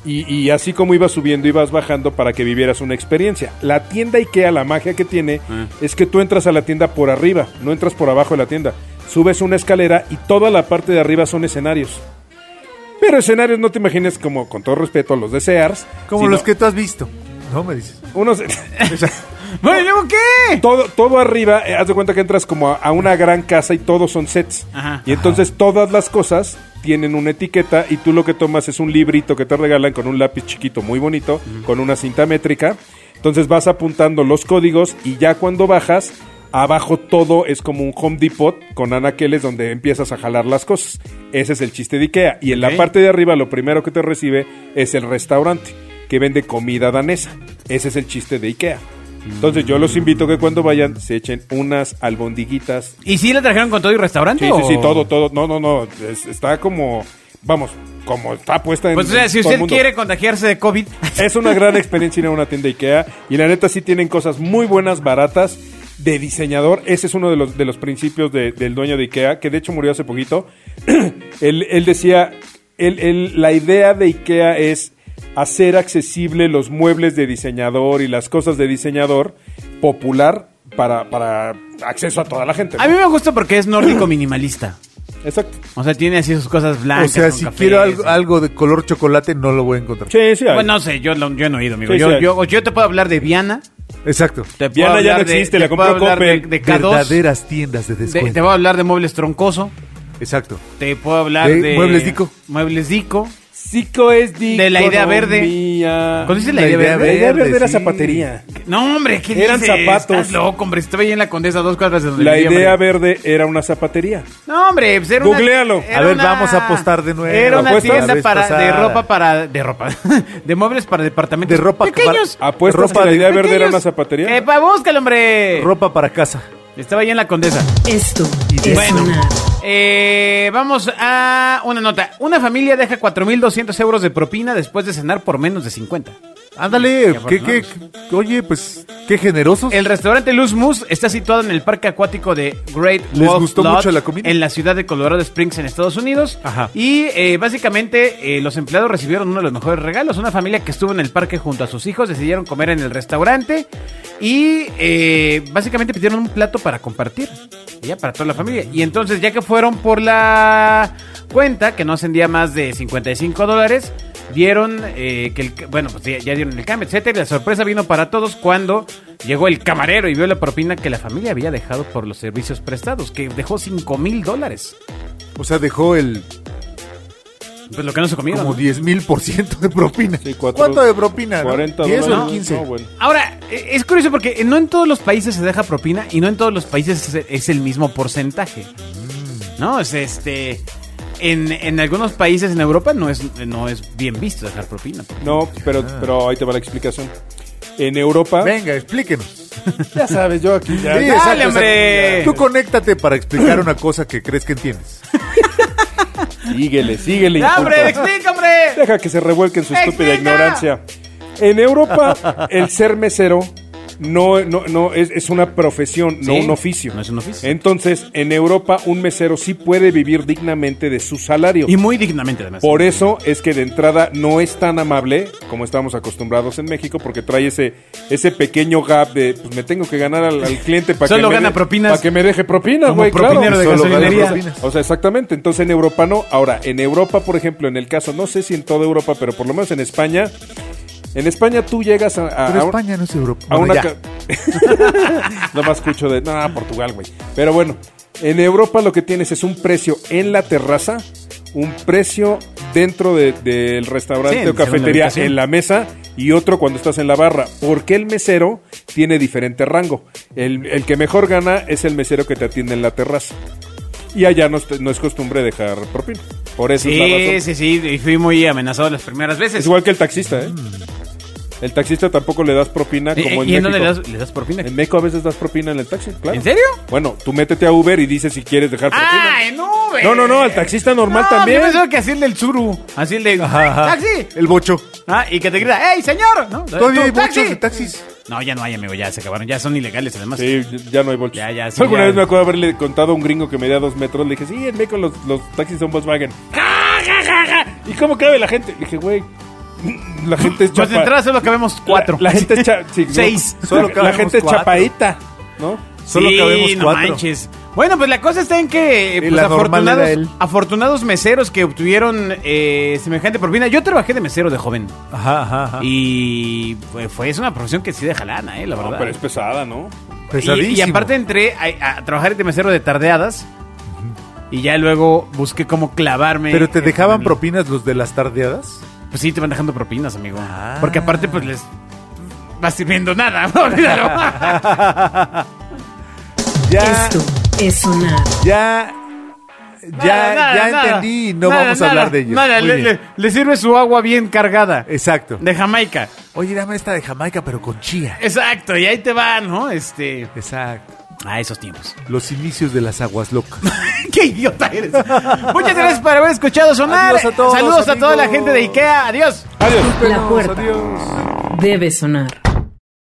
Speaker 4: y, y así como ibas subiendo, ibas bajando para que vivieras una experiencia. La tienda Ikea, la magia que tiene es que tú entras a la tienda por arriba, no entras por abajo de la tienda. Subes una escalera y toda la parte de arriba son escenarios. Pero escenarios no te imagines como, con todo respeto a los de Sears.
Speaker 3: Como
Speaker 4: sino
Speaker 3: los que tú has visto. No me dices.
Speaker 4: Unos, [laughs]
Speaker 2: Bueno, ¿y luego qué?
Speaker 4: todo, todo arriba, eh, haz de cuenta que entras como a, a una gran casa y todos son sets.
Speaker 2: Ajá.
Speaker 4: Y entonces todas las cosas tienen una etiqueta y tú lo que tomas es un librito que te regalan con un lápiz chiquito muy bonito, con una cinta métrica. Entonces vas apuntando los códigos y ya cuando bajas, abajo todo es como un Home Depot con anaqueles donde empiezas a jalar las cosas. Ese es el chiste de Ikea. Y en
Speaker 2: Ok.
Speaker 4: la parte de arriba lo primero que te recibe es el restaurante que vende comida danesa. Ese es el chiste de Ikea. Entonces yo los invito que cuando vayan se echen unas albondiguitas
Speaker 2: ¿Y si la trajeron con todo y restaurante?
Speaker 4: Sí, sí, sí,
Speaker 2: o-
Speaker 4: todo, todo. No, no, no. es- está como, vamos, como está puesta en.
Speaker 2: Pues o sea, si
Speaker 4: en todo el
Speaker 2: usted
Speaker 4: mundo.
Speaker 2: quiere contagiarse de COVID,
Speaker 4: Es una gran experiencia ir a una tienda IKEA. Y la neta, sí tienen cosas muy buenas, baratas, de diseñador. Ese es uno de los, de los principios de- del dueño de IKEA, que de hecho murió hace poquito. [clears throat] él, él decía: él- él- la idea de IKEA es hacer accesible los muebles de diseñador y las cosas de diseñador popular para, para acceso a toda la gente. ¿no?
Speaker 2: a mí me gusta porque es nórdico minimalista.
Speaker 4: Exacto.
Speaker 2: O sea, tiene así sus cosas
Speaker 3: O
Speaker 2: blancas.
Speaker 3: sea,
Speaker 2: con
Speaker 3: si
Speaker 2: cafés.
Speaker 3: quiero algo, algo de color chocolate, no lo voy a encontrar.
Speaker 4: Sí, sí, hay.
Speaker 2: Bueno, no sé, yo, lo- yo no he ido, amigo.
Speaker 4: Sí,
Speaker 2: yo,
Speaker 4: sí hay.
Speaker 2: yo, yo te puedo hablar de Viana.
Speaker 3: Exacto.
Speaker 2: Te puedo
Speaker 4: Viana ya no
Speaker 2: hablar de-
Speaker 4: existe,
Speaker 2: te
Speaker 4: la compró
Speaker 2: puedo hablar de,
Speaker 4: Coppel.
Speaker 2: de K2.
Speaker 3: Verdaderas tiendas de
Speaker 2: de-
Speaker 3: descuento.
Speaker 2: te voy a hablar de muebles troncoso.
Speaker 3: Exacto.
Speaker 2: Te puedo hablar de.
Speaker 3: De Muebles Dico.
Speaker 2: Muebles Dico.
Speaker 4: Psico es
Speaker 2: De la idea verde. ¿Conociste la,
Speaker 3: La
Speaker 2: idea,
Speaker 3: idea
Speaker 2: verde?
Speaker 4: La idea
Speaker 3: Verde,
Speaker 4: verde era
Speaker 3: sí.
Speaker 4: zapatería.
Speaker 2: No, hombre, ¿qué
Speaker 4: Eran
Speaker 2: dices?
Speaker 4: zapatos.
Speaker 2: Estás loco, hombre. Estaba ahí en la Condesa, dos cuadras de donde
Speaker 4: La
Speaker 2: vivía,
Speaker 4: idea
Speaker 2: hombre.
Speaker 4: verde era una zapatería.
Speaker 2: No, hombre, pues era
Speaker 4: Googléalo.
Speaker 2: una... era
Speaker 3: A ver,
Speaker 2: una-
Speaker 3: vamos a apostar de nuevo.
Speaker 2: Era una
Speaker 4: ¿Apuestas?
Speaker 2: tienda
Speaker 3: La vez
Speaker 2: para, de
Speaker 3: pasada.
Speaker 2: ropa para... De ropa. [laughs] de muebles para departamentos
Speaker 3: De ropa Ah,
Speaker 2: pequeños.
Speaker 3: para-
Speaker 4: ¿Apuestas
Speaker 3: Ropa
Speaker 4: que la
Speaker 3: de-
Speaker 4: idea verde era
Speaker 2: pequeños.
Speaker 4: una zapatería?
Speaker 2: Eh, pa, búscalo, hombre.
Speaker 3: Ropa para casa.
Speaker 2: Estaba ahí en la Condesa.
Speaker 1: Esto
Speaker 3: Y
Speaker 1: es
Speaker 2: Bueno,
Speaker 1: sonar.
Speaker 2: eh, vamos a una nota. Una familia deja 4.200 euros de propina después de cenar por menos de 50.
Speaker 3: Ándale,
Speaker 2: Qué
Speaker 3: qué, qué, oye, pues, qué generosos.
Speaker 2: El restaurante Luz Moose está situado en el parque acuático de Great
Speaker 3: ¿Les
Speaker 2: Wolf
Speaker 3: gustó
Speaker 2: Lodge,
Speaker 3: mucho la comida?
Speaker 2: En la ciudad de Colorado Springs, en Estados Unidos.
Speaker 3: Ajá.
Speaker 2: Y eh, básicamente eh, los empleados recibieron uno de los mejores regalos. Una familia que estuvo en el parque junto a sus hijos decidieron comer en el restaurante y eh, básicamente pidieron un plato para compartir. y Ya, para toda la familia. Y entonces, ya que fueron por la cuenta, que no ascendía más de 55 dólares, vieron eh, que el, ca- bueno, pues ya, ya dieron el cambio, etcétera. Y la sorpresa vino para todos cuando llegó el camarero y vio la propina que la familia había dejado por los servicios prestados, que dejó 5 mil dólares.
Speaker 3: o sea, dejó el
Speaker 2: Pues lo que no se comieron.
Speaker 3: como
Speaker 2: ¿no?
Speaker 3: 10 mil por ciento de propina.
Speaker 4: Sí, cuatro-
Speaker 3: ¿Cuánto de propina?
Speaker 4: 40
Speaker 3: ¿10
Speaker 4: dólares.
Speaker 3: o el 15?
Speaker 4: No, bueno.
Speaker 2: Ahora, eh, es curioso porque no en todos los países se deja propina y no en todos los países es, es el mismo porcentaje. No, es este. En, en algunos países en Europa no es, no es bien visto dejar propina.
Speaker 4: No, pero,
Speaker 2: Ah.
Speaker 4: pero ahí te va la explicación. En Europa,
Speaker 3: Venga, explíquenos.
Speaker 4: ya sabes, yo aquí ¿Ah? ya-
Speaker 3: Sí,
Speaker 2: dale,
Speaker 3: exacto, exacto.
Speaker 2: hombre.
Speaker 3: Tú conéctate para explicar una cosa que crees que entiendes.
Speaker 4: Síguele, síguele.
Speaker 2: ¡Ya, ¡Ah, hombre!
Speaker 4: inculto.
Speaker 2: ¡Explica, hombre!
Speaker 4: Deja que se revuelque en su estúpida
Speaker 2: ¡Explica!
Speaker 4: ignorancia. En Europa, el ser mesero no, no, no es, es una profesión, no
Speaker 2: Sí,
Speaker 4: un oficio.
Speaker 2: no es un oficio.
Speaker 4: Entonces, en Europa, un mesero sí puede vivir dignamente de su salario.
Speaker 2: Y muy dignamente, además.
Speaker 4: Por eso es que de entrada no es tan amable como estamos acostumbrados en México, porque trae ese, ese pequeño gap de pues me tengo que ganar al, al cliente para
Speaker 2: Solo
Speaker 4: que,
Speaker 2: gana
Speaker 4: me
Speaker 2: propinas.
Speaker 4: para que me deje propina,
Speaker 2: Como
Speaker 4: güey. Claro.
Speaker 2: propinero de
Speaker 4: Solo gana
Speaker 2: gasolinería.
Speaker 4: propinas. O sea, exactamente. Entonces en Europa no. Ahora, en Europa, por ejemplo, en el caso, no sé si en toda Europa, pero por lo menos en España, en España tú llegas a, a-
Speaker 3: Pero
Speaker 4: a un-
Speaker 3: España no es Europa.
Speaker 4: a
Speaker 3: Bueno, ya.
Speaker 4: una ca- [laughs] Nada más escucho de. No, Portugal, güey. Pero bueno, en Europa lo que tienes es un precio en la terraza, un precio dentro de- del restaurante
Speaker 2: Sí, en
Speaker 4: o cafetería
Speaker 2: segunda ubicación.
Speaker 4: en la mesa y otro cuando estás en la barra. Porque el mesero tiene diferente rango. El, el que mejor gana es el mesero que te atiende en la terraza. Y allá no, es- no es costumbre dejar propina. Por eso es la
Speaker 2: Sí,
Speaker 4: razón.
Speaker 2: sí, sí. Y fui muy amenazado las primeras
Speaker 4: Es
Speaker 2: veces.
Speaker 4: igual que el taxista, ¿eh? El taxista tampoco le das propina
Speaker 2: Eh,
Speaker 4: como en
Speaker 2: Mm. ¿Y en
Speaker 4: México.
Speaker 2: dónde le das, le das propina?
Speaker 4: En México a veces das propina en el taxi, claro.
Speaker 2: ¿En serio?
Speaker 4: Bueno, tú métete a Uber y dices si quieres dejar propina.
Speaker 2: ¡Ah, en Uber!
Speaker 4: No, no, no, al taxista normal
Speaker 2: No,
Speaker 4: también.
Speaker 2: Yo pensaba que así el del Zuru. Así el de.
Speaker 3: Ajá.
Speaker 2: ¡Taxi!
Speaker 3: El bocho.
Speaker 2: Ah, y que te grita, ¡Ey, señor! ¿No?
Speaker 3: Todavía hay
Speaker 2: ¿Tú, taxi?
Speaker 3: bochos de taxis.
Speaker 2: No, ya no hay, amigo, ya se acabaron. Ya son ilegales, además.
Speaker 4: Sí, ya no hay bolchos.
Speaker 2: Ya, ya, sí,
Speaker 4: Alguna
Speaker 2: ya.
Speaker 4: vez me acuerdo haberle contado a un gringo que medía dos metros. Le dije, sí, en México los, los taxis son Volkswagen. ¡Ja, ja, ja, ja! ¿Y cómo cabe la gente? Le dije, güey, la gente es
Speaker 2: Pues de
Speaker 4: chapa.
Speaker 2: entrada solo cabemos cuatro.
Speaker 4: La, la gente
Speaker 2: [laughs]
Speaker 4: es cha- sí, no.
Speaker 2: Seis.
Speaker 4: La-
Speaker 3: Solo
Speaker 4: la,
Speaker 3: cabemos
Speaker 4: gente es
Speaker 3: cuatro.
Speaker 4: chapaita, ¿no?
Speaker 3: Solo
Speaker 2: Sí,
Speaker 3: cabemos
Speaker 2: no
Speaker 3: cuatro.
Speaker 2: manches. Bueno, pues la cosa está en que eh,
Speaker 3: Y
Speaker 2: pues,
Speaker 3: la normal
Speaker 2: afortunados,
Speaker 3: era él.
Speaker 2: afortunados meseros que obtuvieron eh, semejante propina. Yo trabajé de mesero de joven.
Speaker 3: Ajá, ajá,
Speaker 4: Ah.
Speaker 3: ajá.
Speaker 2: Y pues, fue, es una profesión que sí deja lana, eh, la
Speaker 4: No,
Speaker 2: verdad.
Speaker 4: pero es pesada, ¿no?
Speaker 2: Y- y,
Speaker 3: Pesadísimo.
Speaker 2: aparte entré a, a trabajar de mesero de tardeadas. Y ya luego busqué cómo clavarme.
Speaker 3: ¿Pero te
Speaker 2: en
Speaker 3: dejaban
Speaker 2: familia.
Speaker 3: propinas los de las tardeadas?
Speaker 2: Pues sí, te van dejando propinas, amigo.
Speaker 3: Ah.
Speaker 2: Porque aparte, pues les va sirviendo nada. ¿no? [laughs] Olvídalo.
Speaker 3: Ya,
Speaker 1: Esto es sonar.
Speaker 3: ya, ya,
Speaker 2: Nada, nada,
Speaker 3: ya
Speaker 2: nada.
Speaker 3: entendí y no
Speaker 2: Nada,
Speaker 3: vamos a
Speaker 2: nada,
Speaker 3: hablar de ellos.
Speaker 2: Nada,
Speaker 3: Muy
Speaker 2: le,
Speaker 3: bien.
Speaker 2: le- le sirve su agua bien cargada.
Speaker 3: Exacto.
Speaker 2: De Jamaica.
Speaker 3: Oye, dame esta de Jamaica, pero con chía.
Speaker 2: Exacto, y ahí te va, ¿no? Este.
Speaker 3: Exacto.
Speaker 2: A esos tiempos. [laughs]
Speaker 3: Los inicios de las aguas locas.
Speaker 2: ¡Qué idiota eres! Muchas gracias por haber escuchado sonar.
Speaker 3: Adiós a todos,
Speaker 2: Saludos a toda la
Speaker 3: amigos.
Speaker 2: gente de IKEA. Adiós.
Speaker 4: Adiós.
Speaker 1: La puerta
Speaker 3: Adiós.
Speaker 1: debe sonar.